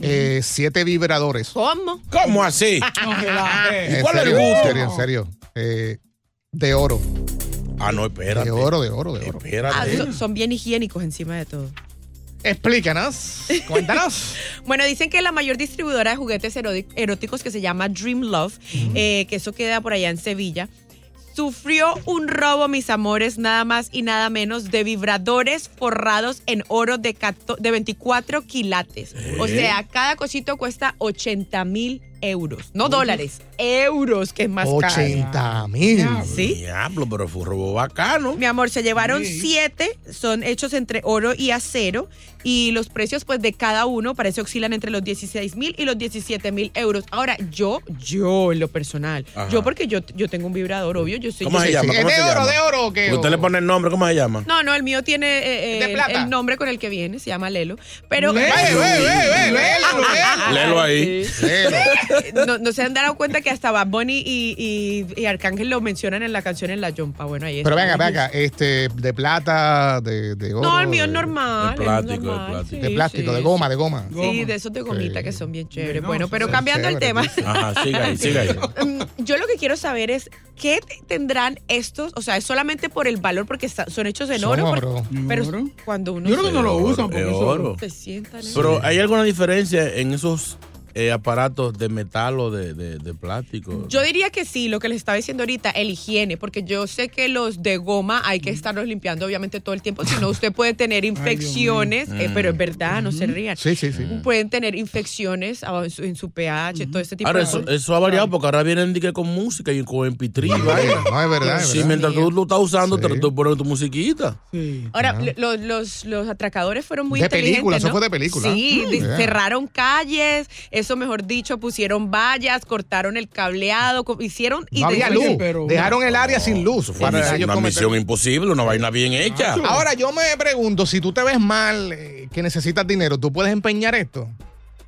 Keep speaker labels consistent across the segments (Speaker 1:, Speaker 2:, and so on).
Speaker 1: eh, siete vibradores.
Speaker 2: ¿Cómo?
Speaker 3: ¿Cómo así?
Speaker 1: En
Speaker 3: ¿Cuál es el
Speaker 1: serio, En
Speaker 3: gusto?
Speaker 1: serio, en serio. Eh, de oro,
Speaker 3: Ah, no, espérate.
Speaker 1: de oro, de oro, de oro.
Speaker 2: Ah,
Speaker 3: Espérate.
Speaker 2: so- son bien higiénicos encima de todo.
Speaker 1: Explícanos, cuéntanos.
Speaker 2: Bueno, dicen que la mayor distribuidora de juguetes erodi- eróticos que se llama Dream Love, eh, que eso queda por allá en Sevilla, sufrió un robo, mis amores, nada más y nada menos, de vibradores forrados en oro de, cato- de 24 quilates. O sea, cada cosito cuesta 80 mil euros. No dólares, euros, que es más caro.
Speaker 1: 80 mil.
Speaker 2: ¿Sí?
Speaker 3: Diablo, pero fue un robo bacano.
Speaker 2: Mi amor, se llevaron siete, son hechos entre oro y acero y los precios pues de cada uno parece oscilan entre los 16 mil y los 17 mil euros. Ahora yo, yo en lo personal,
Speaker 3: Ajá.
Speaker 2: yo porque yo, yo tengo un vibrador, obvio, yo soy...
Speaker 3: ¿Cómo
Speaker 2: yo
Speaker 3: se
Speaker 2: soy-
Speaker 3: llama?
Speaker 1: ¿Es
Speaker 3: ¿Cómo
Speaker 1: de
Speaker 3: se
Speaker 1: oro,
Speaker 3: llama?
Speaker 1: de oro o qué?
Speaker 3: Usted le pone el nombre, ¿cómo se llama?
Speaker 2: No, no, el mío tiene eh, eh,
Speaker 1: ¿De plata?
Speaker 2: el nombre con el que viene, se llama Lelo. Pero...
Speaker 1: Lelo, Ve, ve, ve, ve, léelo,
Speaker 4: Ah,
Speaker 1: léelo.
Speaker 3: Léelo ahí.
Speaker 2: Sí.
Speaker 1: Lelo.
Speaker 2: eh, No, no se han dado cuenta que hasta Bad Bunny y, y- y Arcángel lo mencionan en la canción en La Jompa. Bueno, ahí
Speaker 1: Pero
Speaker 2: está.
Speaker 1: venga, venga, este, de plata, de, de oro.
Speaker 2: No, el mío es
Speaker 1: de-
Speaker 2: normal.
Speaker 3: de
Speaker 2: el
Speaker 3: plástico, de
Speaker 2: normal,
Speaker 3: plástico.
Speaker 1: De
Speaker 2: sí,
Speaker 1: plástico,
Speaker 2: sí,
Speaker 1: de goma, de goma.
Speaker 2: Sí, de esos de gomita
Speaker 1: Sí.
Speaker 2: que son bien chéveres.
Speaker 4: no,
Speaker 2: bueno, pero
Speaker 1: son
Speaker 2: cambiando el tema,
Speaker 1: chéveres,
Speaker 3: Ajá, siga ahí, siga ahí.
Speaker 2: mm, yo lo que quiero saber es qué te- tendrán estos, o sea, es solamente por el valor porque está- son hechos en
Speaker 1: Son
Speaker 2: oro,
Speaker 1: oro.
Speaker 2: por- pero
Speaker 4: Oro.
Speaker 2: cuando uno
Speaker 4: Yo creo que no lo
Speaker 3: Oro,
Speaker 4: usan porque
Speaker 3: es
Speaker 4: eso-
Speaker 3: oro.
Speaker 2: se sienta en el-
Speaker 3: Pero ¿hay alguna diferencia en esos eh, aparatos de metal o de, de- de plástico?
Speaker 2: yo diría que sí, lo que les estaba diciendo ahorita, el higiene, porque yo sé que los de goma hay que estarlos limpiando obviamente todo el tiempo, si no usted puede tener infecciones, eh, pero es verdad, no se rían.
Speaker 1: Sí, sí, sí.
Speaker 2: Pueden tener infecciones ah, en su, en su pH, todo este tipo
Speaker 3: Ahora,
Speaker 2: de
Speaker 3: eso,
Speaker 2: cosas.
Speaker 3: eso ha variado porque ahora vienen dique con música y con MP3. y
Speaker 1: No,
Speaker 3: vaina.
Speaker 1: es verdad, es
Speaker 3: Sí,
Speaker 1: verdad.
Speaker 3: mientras tú lo estás usando, te
Speaker 1: Sí.
Speaker 3: estoy poniendo tu musiquita.
Speaker 4: Sí.
Speaker 2: Ahora, lo- los, los, atracadores fueron muy
Speaker 1: De
Speaker 2: inteligentes.
Speaker 1: película, eso
Speaker 2: ¿no?
Speaker 1: fue de película.
Speaker 2: Sí,
Speaker 1: Mm,
Speaker 2: de-
Speaker 1: yeah.
Speaker 2: cerraron calles, eso mejor dicho, pusieron vallas, cortaron el cableado, co- hicieron y
Speaker 1: No había
Speaker 2: después-
Speaker 1: luz.
Speaker 4: pero-
Speaker 1: Dejaron el área sin luz.
Speaker 3: Eso fue
Speaker 1: para
Speaker 3: una,
Speaker 1: ellos
Speaker 3: una
Speaker 1: cometer-
Speaker 3: misión imposible, una vaina bien hecha.
Speaker 1: Ahora yo me pregunto, si tú te ves mal, eh, que necesitas dinero, ¿tú puedes empeñar esto?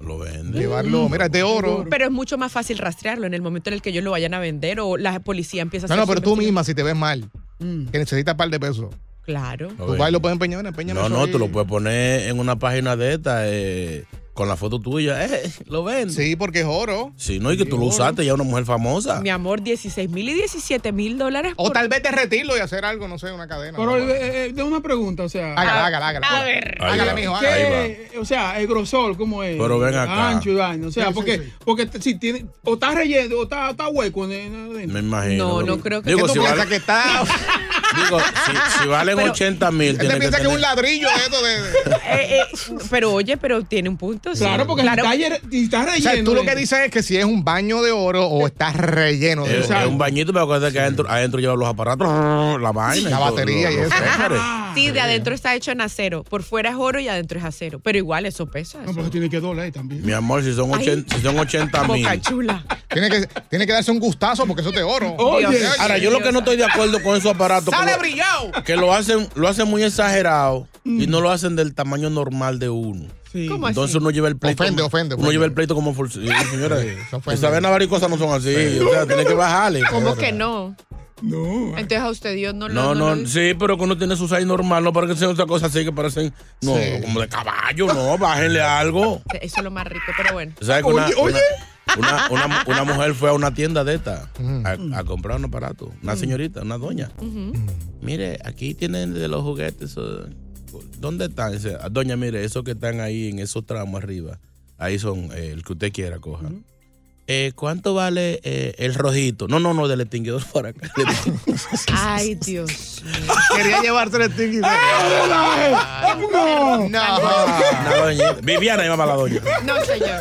Speaker 3: Lo vende.
Speaker 1: Llevarlo, mira, es de oro.
Speaker 2: Pero es mucho más fácil rastrearlo en el momento en el que ellos lo vayan a vender o la policía empieza a
Speaker 1: No,
Speaker 2: hacer
Speaker 1: no,
Speaker 2: su
Speaker 1: pero tú
Speaker 2: investigación.
Speaker 1: misma, si te ves mal,
Speaker 2: Mm.
Speaker 1: que necesitas un par de pesos,
Speaker 2: Claro.
Speaker 3: Lo
Speaker 1: tú vas y
Speaker 3: vende.
Speaker 1: lo puedes empeñar, empeñame
Speaker 3: No,
Speaker 1: eso
Speaker 3: no,
Speaker 1: ahí.
Speaker 3: tú lo puedes poner en una página de esta eh, con la foto tuya. Eh, lo vende. Sí.
Speaker 1: Sí, porque es oro.
Speaker 3: no, y que tú lo usaste ya una mujer famosa.
Speaker 2: Mi amor, 16 mil y 17 mil dólares.
Speaker 1: O
Speaker 2: por-
Speaker 1: tal vez derretirlo y hacer algo, no sé, una cadena.
Speaker 4: Pero
Speaker 1: Hágala,
Speaker 4: eh, eh, de una pregunta, o sea,
Speaker 1: hágala, hágala, hágala.
Speaker 2: Ah, A ver.
Speaker 3: Ahí
Speaker 1: Hágala,
Speaker 3: va,
Speaker 1: mijo,
Speaker 4: ¿qué-
Speaker 1: hágala.
Speaker 3: ahí
Speaker 4: o sea, el grosor, ¿cómo es?
Speaker 3: Pero ven acá.
Speaker 4: Ancho y vaina, o sea,
Speaker 1: Sí, sí,
Speaker 4: porque,
Speaker 1: sí.
Speaker 4: porque t- si tiene, o está relleno, o está, está hueco. eh, eh,
Speaker 3: Me imagino.
Speaker 2: No, no creo que-
Speaker 1: ¿Qué
Speaker 3: Digo,
Speaker 1: tú
Speaker 3: si,
Speaker 1: piensas
Speaker 3: vale-
Speaker 1: que está?
Speaker 3: digo, si- si valen
Speaker 2: Pero-
Speaker 3: 80 mil,
Speaker 1: Él
Speaker 3: tiene que
Speaker 1: Este piensa que es
Speaker 3: tener...
Speaker 1: un ladrillo de esto de... de-
Speaker 2: Eh, eh, pero oye, pero tiene un punto. sí.
Speaker 4: Claro, porque si está, lle- si está
Speaker 1: O
Speaker 4: relleno.
Speaker 1: sea, tú lo que
Speaker 4: eh,
Speaker 1: dices es que si es un baño de oro o está relleno de
Speaker 3: Es,
Speaker 1: oro.
Speaker 3: es eh, un bañito, pero acuérdate que adentro, adentro lleva los aparatos, la vaina. y
Speaker 1: La
Speaker 3: todo,
Speaker 1: batería y
Speaker 3: lo- los
Speaker 1: eso.
Speaker 3: fécares.
Speaker 2: Sí, de adentro está hecho en acero. Por fuera es oro y adentro es acero. Pero igual eso pesa.
Speaker 4: No,
Speaker 2: eso.
Speaker 4: porque tiene que doler también.
Speaker 3: Mi amor, si son
Speaker 2: Ay.
Speaker 3: 80, si son 80 mil.
Speaker 2: Boca chula.
Speaker 1: Tiene que, tiene que darse un gustazo porque eso es de oro.
Speaker 4: Oye.
Speaker 1: Oye,
Speaker 3: Ahora, yo lo que no estoy de acuerdo con esos aparatos. que lo-
Speaker 1: brillado!
Speaker 3: que lo hacen, lo hacen muy exagerado y no lo hacen del tamaño normal de uno.
Speaker 4: Sí.
Speaker 2: Mm. ¿Cómo así?
Speaker 3: Entonces uno lleva el pleito.
Speaker 1: Ofende, ofende,
Speaker 3: Uno
Speaker 1: ofende.
Speaker 3: lleva el pleito como for- sí, señora.
Speaker 1: se ofende.
Speaker 3: Las sabenas varicosas no son así. O sea, tiene que bajarle.
Speaker 2: ¿Cómo que no?
Speaker 4: No.
Speaker 2: Entonces a usted Dios no, lo-
Speaker 3: No,
Speaker 2: lo
Speaker 3: no,
Speaker 2: dice.
Speaker 3: sí, pero que uno tiene su size normal, no para que sea otra cosa así que parecen, no,
Speaker 1: Sí.
Speaker 3: como de caballo, no, bájenle algo.
Speaker 2: Eso es lo más rico, pero bueno.
Speaker 3: ¿Sabes que
Speaker 4: Oye,
Speaker 3: una,
Speaker 4: oye.
Speaker 3: Una, una- una- una mujer fue a una tienda de esta a, a comprar un aparato, una señorita, una doña. Mire, aquí tienen de los juguetes. eh, ¿Dónde están? Dice, "Ah, doña, mire, esos que están ahí en esos tramos arriba, ahí son eh, el que usted quiera coja. Eh, ¿Cuánto vale eh, el rojito? No, no, no, del extinguidor para acá.
Speaker 2: Ay, Dios.
Speaker 1: Quería llevarte el sticky. No.
Speaker 2: Ah.
Speaker 1: No.
Speaker 3: Una doña. Viviana, llama a la doña.
Speaker 2: No, señor.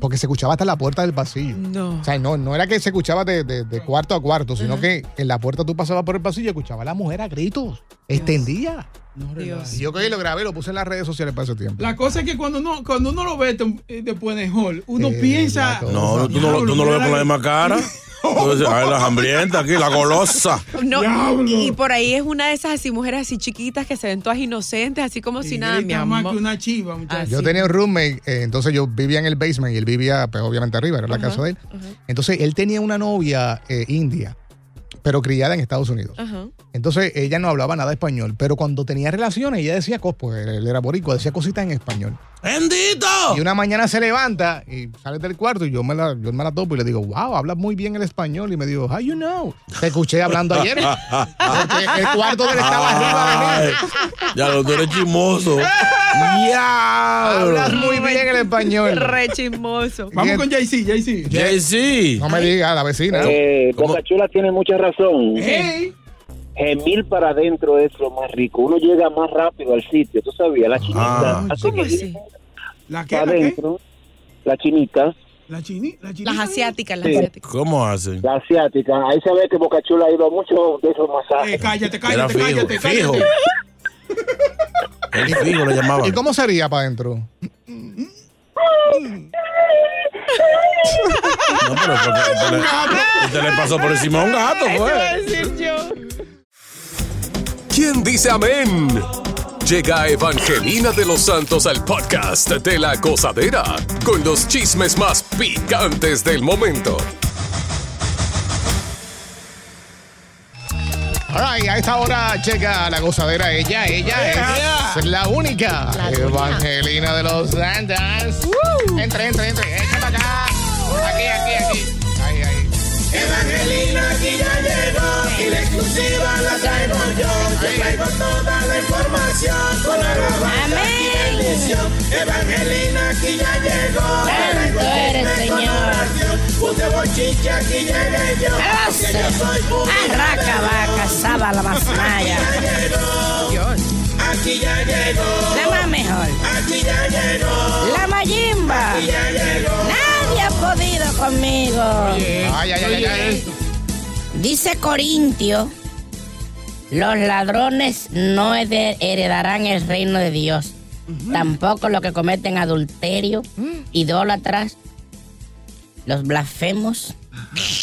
Speaker 1: Porque se escuchaba hasta la puerta del pasillo.
Speaker 2: No.
Speaker 1: O sea, no, no era que se escuchaba de, de- de cuarto a cuarto, sino que en la puerta tú pasabas por el pasillo y escuchabas a la mujer a gritos. Extendía.
Speaker 4: No,
Speaker 2: Dios.
Speaker 1: Y yo que lo grabé, lo puse en las redes sociales para ese tiempo.
Speaker 4: La cosa es que cuando uno, cuando uno lo ve tem- eh, después de Hall, uno
Speaker 1: Eh, la
Speaker 4: piensa.
Speaker 1: cosa.
Speaker 3: No,
Speaker 5: Oh,
Speaker 3: no, tú no, lo- tú no lo ves con la misma cara. Tú dices, ay, las hambrientas aquí, la golosa.
Speaker 2: No,
Speaker 4: Diablo.
Speaker 2: y, y por ahí es una de esas así mujeres así chiquitas que se ven todas inocentes, así como si nada, mi
Speaker 4: más
Speaker 2: amor.
Speaker 4: que una chiva, muchachos.
Speaker 1: Yo
Speaker 2: Sí.
Speaker 1: tenía un roommate, eh, entonces yo vivía en el basement y él vivía, pues obviamente arriba, era la casa de él. Entonces él tenía una novia eh, india, pero criada en Estados Unidos.
Speaker 2: Ajá.
Speaker 1: Entonces ella no hablaba nada español, pero cuando tenía relaciones ella decía cosas, pues él era boricua, decía cositas en español.
Speaker 3: ¡Bendito!
Speaker 2: Oh.
Speaker 1: Y una mañana se levanta y sale del cuarto y yo me la, yo me la topo y le digo, wow, hablas muy bien el español. Y me dijo, how you know? Te escuché hablando ayer. Porque el cuarto de él estaba arriba de mí.
Speaker 3: Ay, Ya lo tú eres chismoso. ¡Ya!
Speaker 1: Hablas muy bien el español.
Speaker 2: Re chismoso.
Speaker 4: Vamos con Jay-Z, Jay-Z.
Speaker 3: Jay-Z.
Speaker 1: No me digas, la vecina.
Speaker 6: Eh,
Speaker 3: ¿Cómo?
Speaker 6: Boca Chula tiene mucha razón.
Speaker 5: Eh.
Speaker 4: Hey,
Speaker 6: Gemil para adentro es lo más rico. Uno llega más rápido al sitio, tú sabías, la chinita.
Speaker 3: Ah.
Speaker 6: Así
Speaker 2: ¿Cómo
Speaker 6: que
Speaker 2: así?
Speaker 4: ¿La qué?
Speaker 6: para
Speaker 4: ¿La qué?
Speaker 6: adentro, la chinita,
Speaker 4: ¿La chini? ¿La chinita?
Speaker 2: Las asiáticas, las
Speaker 6: Sí.
Speaker 2: asiáticas.
Speaker 3: ¿Cómo hacen?
Speaker 6: la asiática. Ahí se ve que Boca Chula ha ido a muchos de esos
Speaker 4: Eh,
Speaker 6: masajes.
Speaker 4: cállate,
Speaker 3: Era
Speaker 4: cállate,
Speaker 3: fijo,
Speaker 4: cállate,
Speaker 3: fijo.
Speaker 4: cállate.
Speaker 3: El fijo le llamaban.
Speaker 1: ¿Y cómo sería para adentro?
Speaker 3: No, pero fue- fue- le- usted le pasó por encima a un gato, pues. fue.
Speaker 7: ¿Quién dice amén? Llega Evangelina de los Santos al podcast de la gozadera con los chismes más picantes del momento.
Speaker 1: All right, a esta hora llega la gozadera. Ella, ella es la única Evangelina de los Santos. Entre, entre, entre. Échate acá. Aquí, aquí, aquí. Ahí, ahí.
Speaker 5: Arraca, vaca, saba, la basmaya. La más mejor. La mayimba. Nadie ha podido conmigo.
Speaker 1: Ay, ay, ay, ay, ay.
Speaker 5: Dice Corintio, los ladrones no hede- heredarán el reino de Dios. Tampoco los que cometen adulterio,
Speaker 4: Mm.
Speaker 5: idólatras, los blasfemos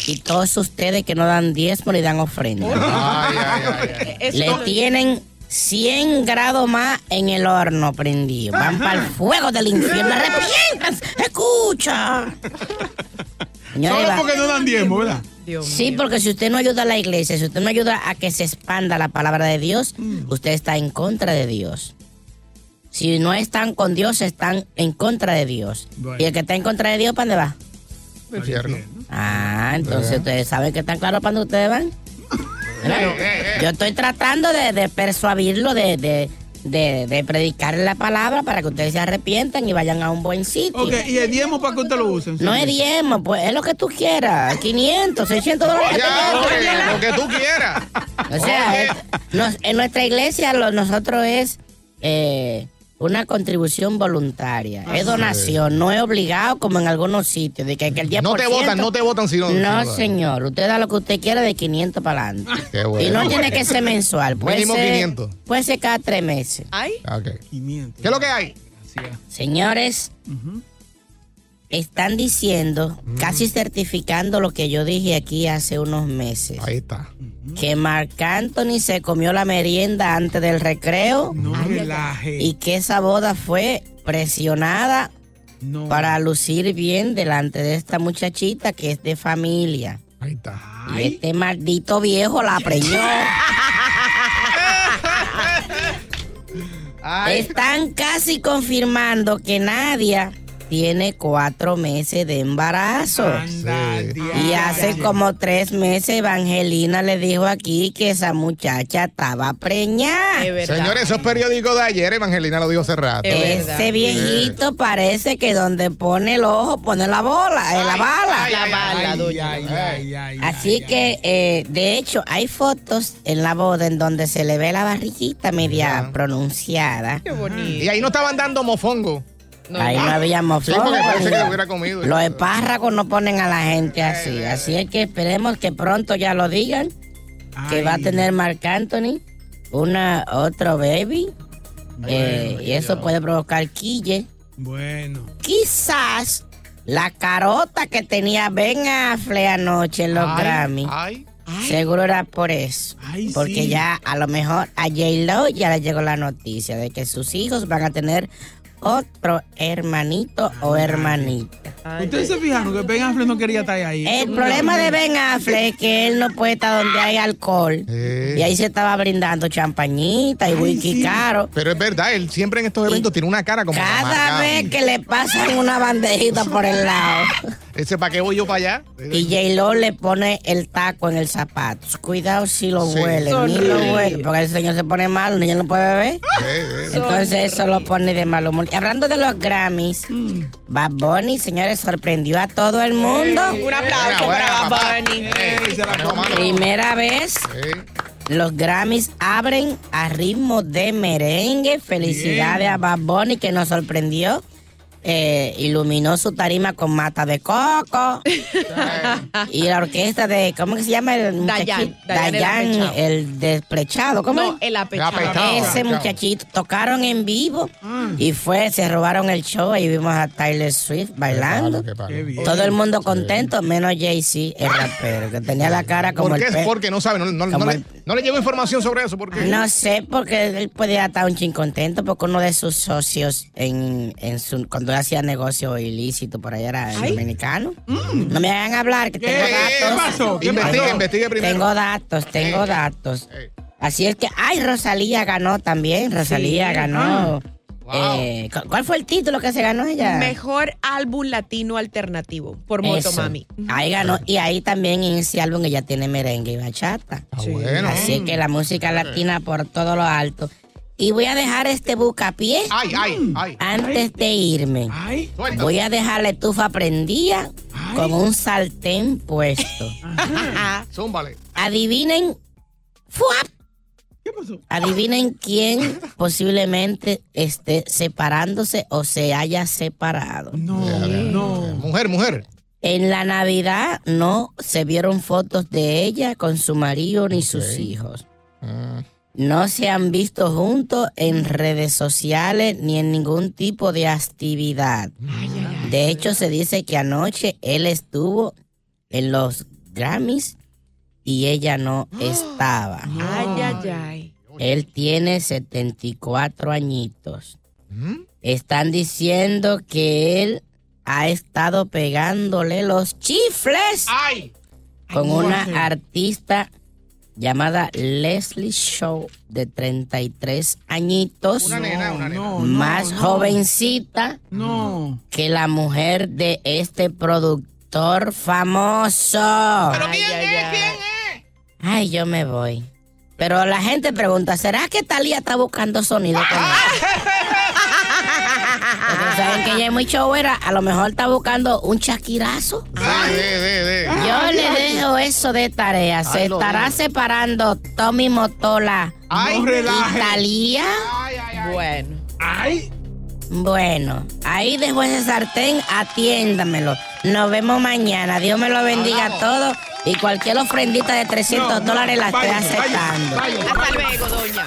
Speaker 5: y todos ustedes que no dan diezmo ni dan ofrenda.
Speaker 1: Ay, ay, ay, ay.
Speaker 2: Eh, Eso
Speaker 5: Le
Speaker 2: no lo-
Speaker 5: tienen 100 grados más en el horno prendido. Van para el fuego del infierno. ¡Arrepiéntanse! ¡Escucha! Señores,
Speaker 4: Solo
Speaker 5: va-
Speaker 4: porque no dan diezmo, ¿verdad?
Speaker 2: Dios
Speaker 5: Sí,
Speaker 2: mío.
Speaker 5: porque si usted no ayuda a la iglesia, si usted no ayuda a que se expanda la palabra de Dios,
Speaker 4: Mm.
Speaker 5: usted está en contra de Dios. Si no están con Dios, están en contra de Dios.
Speaker 4: Bueno.
Speaker 5: Y el que está en contra de Dios, ¿para dónde va?
Speaker 1: Infierno.
Speaker 5: Ah, entonces ustedes saben que están claros para dónde ustedes van.
Speaker 4: Eh,
Speaker 5: Claro. Yo estoy tratando de, de persuadirlo, de, de, de, de predicarle la palabra para que ustedes se arrepientan y vayan a un buen sitio.
Speaker 4: Ok, ¿y el diezmo para qué usted lo usa?
Speaker 5: No es diezmo, pues es lo que tú quieras. 500, 600 dólares.
Speaker 1: Ya, hombre, lo que tú quieras.
Speaker 5: O sea, es- nos- en nuestra iglesia lo- nosotros es eh, una contribución voluntaria. es donación, no es obligado como en algunos sitios. De que, que el 10%,
Speaker 1: No te votan, no te votan si no.
Speaker 5: No,
Speaker 1: si no-
Speaker 5: señor. Usted da lo que usted quiera de 500 para adelante.
Speaker 1: Qué bueno.
Speaker 5: Y no tiene que ser mensual. Puede
Speaker 1: Mínimo
Speaker 5: ser,
Speaker 1: 500.
Speaker 5: Puede ser cada tres meses.
Speaker 2: Ay,
Speaker 1: Ah, ok.
Speaker 4: 500.
Speaker 1: ¿Qué es lo que hay?
Speaker 5: Señores, están diciendo,
Speaker 4: Mm.
Speaker 5: casi certificando lo que yo dije aquí hace unos meses.
Speaker 1: Ahí está.
Speaker 5: que Marc Anthony se comió la merienda antes del recreo
Speaker 4: No relaje.
Speaker 5: y que esa boda fue presionada
Speaker 4: No.
Speaker 5: para lucir bien delante de esta muchachita que es de familia.
Speaker 1: Ahí está.
Speaker 5: Y este maldito viejo la preñó. Están casi confirmando que Nadia tiene cuatro meses de embarazo.
Speaker 4: Anda,
Speaker 1: Sí.
Speaker 4: diablo.
Speaker 5: Y hace como tres meses Evangelina le dijo aquí que esa muchacha estaba
Speaker 2: es
Speaker 5: preñada.
Speaker 2: verdad.
Speaker 1: Señores, esos periódicos de ayer, Evangelina lo dijo hace rato.
Speaker 2: Eh,
Speaker 5: Ese viejito parece que donde pone el ojo pone la bola, eh, la bala.
Speaker 2: la bala,
Speaker 4: Ay,
Speaker 2: doña.
Speaker 4: ay, ay, ay, ay,
Speaker 5: Así que, eh, de hecho, hay fotos en la boda en donde se le ve la barriguita media pronunciada.
Speaker 2: Qué bonito.
Speaker 1: Y ahí no estaban dando mofongo.
Speaker 5: Ahí no había
Speaker 1: Sí, porque
Speaker 5: Oh.
Speaker 1: parece que lo hubiera comido.
Speaker 5: Los espárragos no ponen a la gente así. Así es que esperemos que pronto ya lo digan. Que va a tener Marc Anthony, una, otro baby. eh, y eso puede provocar quille.
Speaker 4: Bueno.
Speaker 5: Quizás la carota que tenía Ben Affle anoche en los
Speaker 4: Ay,
Speaker 5: Grammy. Seguro era por eso. porque
Speaker 4: sí.
Speaker 5: ya a lo mejor a J-Lo ya le llegó la noticia de que sus hijos van a tener otro hermanito o hermanita.
Speaker 4: Ustedes se fijaron que Ben Affleck no quería estar ahí.
Speaker 5: El problema de Ben Affleck es que él no puede estar donde hay alcohol.
Speaker 1: Eh.
Speaker 5: Y ahí se estaba brindando champañita y whisky caro.
Speaker 1: Pero es verdad, él siempre en estos eventos tiene una cara como.
Speaker 5: Cada
Speaker 1: amargado.
Speaker 5: vez que le pasan una bandejita por el lado.
Speaker 1: Ese, ¿para qué voy yo para allá?
Speaker 5: Y J-Lo le pone el taco en el zapato. Cuidado si lo
Speaker 1: Sí.
Speaker 5: huele, ni lo
Speaker 1: Sonríe.
Speaker 5: huele. Porque el señor se pone malo, el niño no puede beber. Entonces eso lo pone de mal humor. Y hablando de los Grammys, Bad Bunny, señores, sorprendió a todo el mundo.
Speaker 2: Un aplauso para Bad Bunny.
Speaker 1: eh,
Speaker 5: Primera vez. Los Grammys abren a ritmo de merengue. Felicidades a Bad Bunny que nos sorprendió. Eh, iluminó su tarima con mata de coco. y la orquesta de, ¿cómo que se llama? El
Speaker 2: Dayan,
Speaker 5: muchachito?
Speaker 2: Dayan el
Speaker 5: Dayan,
Speaker 2: apechado.
Speaker 5: el desprechado. ¿Cómo?
Speaker 2: No,
Speaker 5: es?
Speaker 2: el apechado. El apechado.
Speaker 5: Ese
Speaker 2: Apechado.
Speaker 5: muchachito. Tocaron en vivo. Y fue, se robaron el show y vimos a Tyler Swift bailando. Todo el mundo contento, menos Jay-Z, el rapero, que tenía la cara como
Speaker 1: ¿Por
Speaker 5: el
Speaker 1: qué?
Speaker 5: pe-
Speaker 1: Porque no sabe, no, no- no
Speaker 5: como Ah,
Speaker 1: le, no le llegó información sobre eso. Porque
Speaker 5: no sé, porque él podía estar un chin contento porque uno de sus socios en, en su, cuando él hacía negocio ilícito por allá era el dominicano. No me hagan hablar que tengo datos.
Speaker 1: pasó? Mm. ¿Qué Investigue, pasó? investigue primero.
Speaker 5: Tengo datos, tengo datos. Así es que, ay, Rosalía ganó también. Rosalía
Speaker 2: Sí.
Speaker 5: ganó.
Speaker 2: Ah.
Speaker 5: eh, ¿cu- ¿Cuál fue el título que se ganó ella?
Speaker 2: Mejor álbum latino alternativo por
Speaker 5: Eso.
Speaker 2: Motomami.
Speaker 5: Ahí ganó. Y ahí también en ese álbum ella tiene merengue y bachata.
Speaker 1: bueno.
Speaker 5: Así que la música latina por todo lo alto. Y voy a dejar este bucapié.
Speaker 1: Ay, ay, ay.
Speaker 5: Antes de irme.
Speaker 1: Suelta.
Speaker 5: Mm. Ah, Voy a dejar la estufa prendida con un sartén puesto.
Speaker 1: Zúmbale.
Speaker 5: Adivinen. ¡Fuap! Adivinen quién posiblemente esté separándose o se haya separado. No,
Speaker 1: no. Mujer, mujer.
Speaker 5: En la Navidad no se vieron fotos de ella con su marido ni sus hijos. No se han visto juntos en redes sociales ni en ningún tipo de actividad. De hecho, se dice que anoche él estuvo en los Grammys y ella no estaba.
Speaker 2: Ay, ay, ay.
Speaker 5: Él tiene 74 añitos. Están diciendo que él ha estado pegándole los chifles con
Speaker 2: ¿Cómo
Speaker 5: una
Speaker 2: hace?
Speaker 5: artista llamada Leslie Shaw de 33 añitos.
Speaker 2: Oh,
Speaker 5: más jovencita que la mujer de este productor famoso. Ay, yo me voy. Pero la gente pregunta, ¿será que Talía está buscando sonido? con él? Porque saben que ella es muy showera, a lo mejor está buscando un chaquirazo. Yo le dejo eso de tarea. Se
Speaker 2: Ay, lo
Speaker 5: estará
Speaker 2: vi.
Speaker 5: separando Tommy Motola
Speaker 2: Ay, no relaje.
Speaker 5: y Talía.
Speaker 2: Bueno.
Speaker 5: Bueno, ahí dejo ese sartén, atiéndamelo. Nos vemos mañana. Dios me lo bendiga a todos. Y cualquier ofrendita de 300 dólares la estoy aceptando.
Speaker 2: Hasta luego, doña.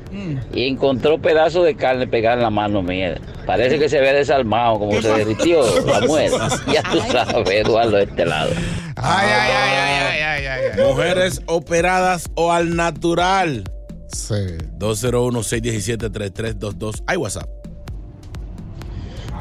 Speaker 8: y encontró pedazos de carne pegada en la mano mía. Parece que se había desarmado, como se derritió la mujer. Ya tú sabes, Eduardo, de este lado.
Speaker 3: Mujeres operadas o al natural.
Speaker 1: Sí.
Speaker 3: 201-617-3322. Hay WhatsApp.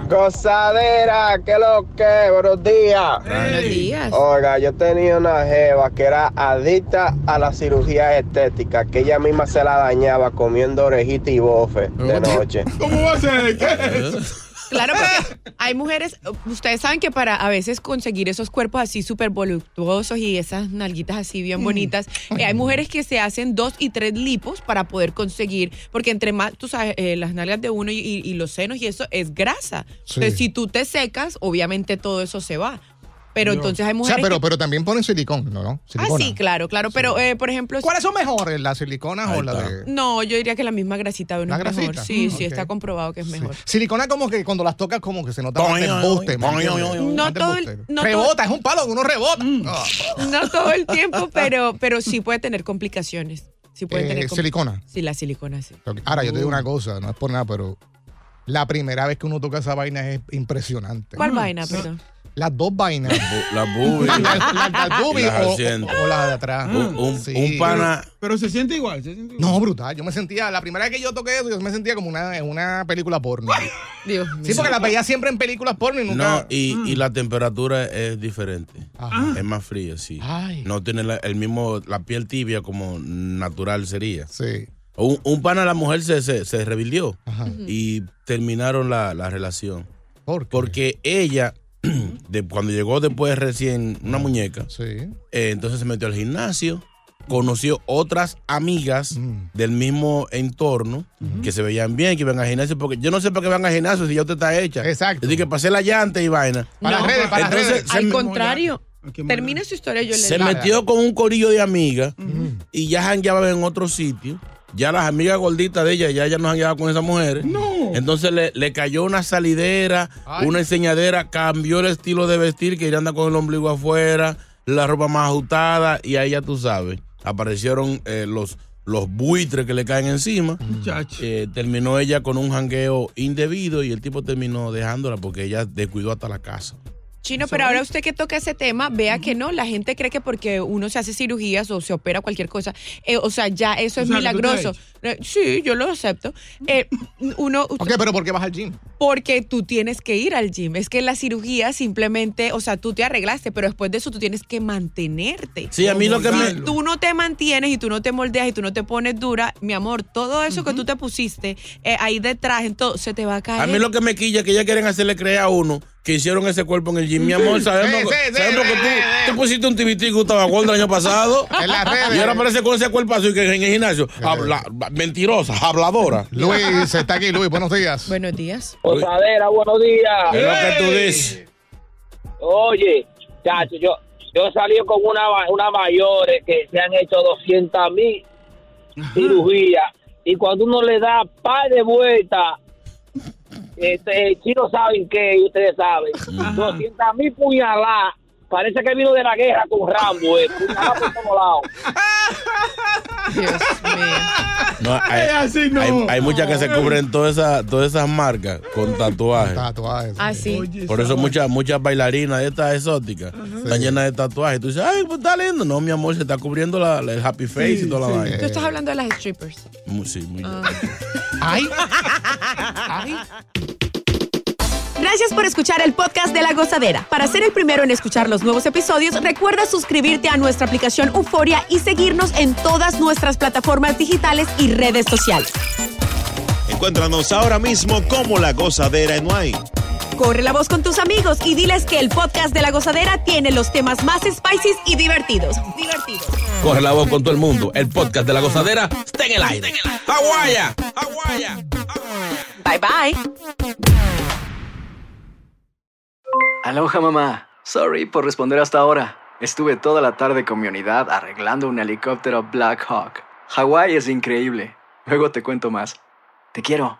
Speaker 9: Gozadera, que lo que, buenos días. Buenos días. Oiga, yo tenía una jeva que era adicta a la cirugía estética, que ella misma se la dañaba comiendo orejita y bofe de noche.
Speaker 4: ¿Cómo va a ser? ¿Qué es eso?
Speaker 2: Claro, porque hay mujeres, ustedes saben que para a veces conseguir esos cuerpos así súper voluptuosos y esas nalguitas así
Speaker 1: Mm.
Speaker 2: bien bonitas, eh, hay mujeres que se hacen dos y tres lipos para poder conseguir, porque entre más, tú sabes, eh, las nalgas de uno y, y- y los senos y eso es grasa.
Speaker 1: Sí.
Speaker 2: Entonces, si tú te secas, obviamente todo eso se va. Pero entonces hay
Speaker 1: O sea,
Speaker 2: mujeres
Speaker 1: pero, pues,
Speaker 2: que-
Speaker 1: pero también ponen silicón, ¿no? no?
Speaker 2: Ah,
Speaker 1: Silicona.
Speaker 2: sí, claro, claro. Pero, eh, por ejemplo...
Speaker 1: ¿Cuáles son mejores, las siliconas o las de.?
Speaker 2: No, yo diría que la misma grasita de uno
Speaker 1: ¿La
Speaker 2: es mejor.
Speaker 1: grasita? Mm,
Speaker 2: Sí, sí,
Speaker 1: ok.
Speaker 2: está comprobado que es mejor.
Speaker 1: Silicona como que cuando las tocas como que se nota más
Speaker 2: Boing,
Speaker 1: el embuste. ¿me
Speaker 2: boing,
Speaker 1: entiendes?
Speaker 2: boing, boing. No
Speaker 1: Más de
Speaker 2: todo el-
Speaker 1: embuste.
Speaker 2: no todo- Mm.
Speaker 1: rebota, es un palo que uno rebota. Ah.
Speaker 2: No todo el tiempo, pero, pero sí puede tener complicaciones. Sí puede
Speaker 1: Eh,
Speaker 2: tener compli-
Speaker 1: silicona.
Speaker 2: Sí, la silicona,
Speaker 3: Ah,
Speaker 2: sí.
Speaker 1: Ok, Ahora, yo te digo una cosa, no es por nada, pero la primera vez que uno toca esa vaina es impresionante.
Speaker 2: ¿Cuál vaina, perdón?
Speaker 1: Las dos vainas.
Speaker 3: Las boobies.
Speaker 1: Las- las- las boobies
Speaker 3: Y las
Speaker 1: o-
Speaker 3: asientos.
Speaker 1: o las de atrás.
Speaker 3: Un- un-
Speaker 1: Sí.
Speaker 3: un pana
Speaker 1: Pero se siente igual, No, brutal. Yo me sentía, la primera vez que yo toqué eso, yo me sentía como una, en una película porno. sí,
Speaker 3: pues,
Speaker 1: porque la veía siempre en películas porno y nunca.
Speaker 3: No, y, y la temperatura es diferente. Es más fría, sí.
Speaker 1: Ay.
Speaker 3: No tiene la, el mismo, la piel tibia como natural sería.
Speaker 1: Sí.
Speaker 3: Un, un pana, la mujer se, se, se rebelió y terminaron la, la relación. Porque ella, de, cuando llegó después recién una muñeca, eh, entonces se metió al gimnasio, conoció otras amigas del mismo entorno que se veían bien, que iban al gimnasio, porque yo no sé para qué van al gimnasio si ya usted está hecha. Exacto. Así que pasé la llanta y vaina.
Speaker 2: Para las redes, para las
Speaker 3: Entonces,
Speaker 2: redes.
Speaker 3: se
Speaker 2: Al
Speaker 3: me-
Speaker 2: contrario, termina su historia, yo le
Speaker 3: se
Speaker 2: digo.
Speaker 3: metió con un corillo de amigas y ya jangueaba en otro sitio. Ya las amigas gorditas de ella ya, ya no jangueaba con esas mujeres. Entonces le, le cayó una salidera,
Speaker 10: Ay.
Speaker 3: una enseñadera, cambió el estilo de vestir, que ella anda con el ombligo afuera, la ropa más ajustada, y ahí ya tú sabes, aparecieron eh, los, los buitres que le caen encima. Eh, terminó ella con un jangueo indebido y el tipo terminó dejándola porque ella descuidó hasta la casa.
Speaker 2: Chino, pero ahora usted que toca ese tema, vea que no, la gente cree que porque uno se hace cirugías o se opera cualquier cosa, eh, o sea, ya eso
Speaker 1: O
Speaker 2: es
Speaker 1: sea, que tú te
Speaker 2: milagroso. Eh, sí, yo lo acepto. Eh, uno,
Speaker 1: Ok, pero ¿por qué vas al gym?
Speaker 2: Porque tú tienes que ir al gym. Es que la cirugía simplemente, o sea, tú te arreglaste, pero después de eso tú tienes que mantenerte.
Speaker 3: Sí, a mí lo que me-
Speaker 2: Si Tú no te mantienes y tú no te moldeas y tú no te pones dura, mi amor, todo eso que tú te pusiste eh, ahí detrás, entonces se te va a caer.
Speaker 3: A mí lo que me quilla es que ya quieren hacerle creer a uno que hicieron ese cuerpo en el gym. Mi amor, sabemos,
Speaker 1: Sí, sí, sí,
Speaker 3: sabemos
Speaker 1: sí,
Speaker 3: que tú, tú pusiste un tibití que estaba gordo el año pasado.
Speaker 1: En las redes.
Speaker 3: Y ahora aparece con ese cuerpazo y que en el gimnasio. habla- mentirosa, habladora.
Speaker 1: Luis está aquí, Luis, buenos días.
Speaker 2: Buenos días.
Speaker 6: Gozadera, buenos días.
Speaker 3: Es lo que tú dices.
Speaker 6: Oye, chacho, yo, yo salí con una, ma- una mayor eh, que se han hecho 200 mil cirugías y cuando uno le da par de vueltas, este, chinos saben que ustedes saben, 200 mil puñaladas, parece que vino de la guerra con Rambo, eh, puñaladas por todos lados.
Speaker 3: No, hay, hay- hay muchas que se cubren todas esas todas esas marcas con tatuajes.
Speaker 11: Tatuajes.
Speaker 2: Ah,
Speaker 12: Así.
Speaker 3: Por eso muchas muchas bailarinas de estas exóticas están llenas de tatuajes. Tú dices, ay, pues está lindo. No, mi amor, se está cubriendo la, la- el happy face y toda la vaina.
Speaker 12: Tú estás hablando de las strippers.
Speaker 3: Mu- sí, muy
Speaker 12: Ah.
Speaker 11: Ay.
Speaker 2: Gracias por escuchar el podcast de La Gozadera. Para ser el primero en escuchar los nuevos episodios, recuerda suscribirte a nuestra aplicación Euforia y seguirnos en todas nuestras plataformas digitales y redes sociales.
Speaker 13: Encuéntranos ahora mismo como La Gozadera en Wine.
Speaker 2: Corre la voz con tus amigos y diles que el podcast de La Gozadera tiene los temas más spicy y divertidos. Divertidos.
Speaker 3: Corre la voz con todo el mundo. El podcast de la gozadera está en el aire. ¡Aguaya!
Speaker 2: Bye bye.
Speaker 14: Aloha mamá. Sorry por responder hasta ahora. Estuve toda la tarde con mi unidad arreglando un helicóptero Black Hawk. Hawái es increíble. Luego te cuento más. Te quiero.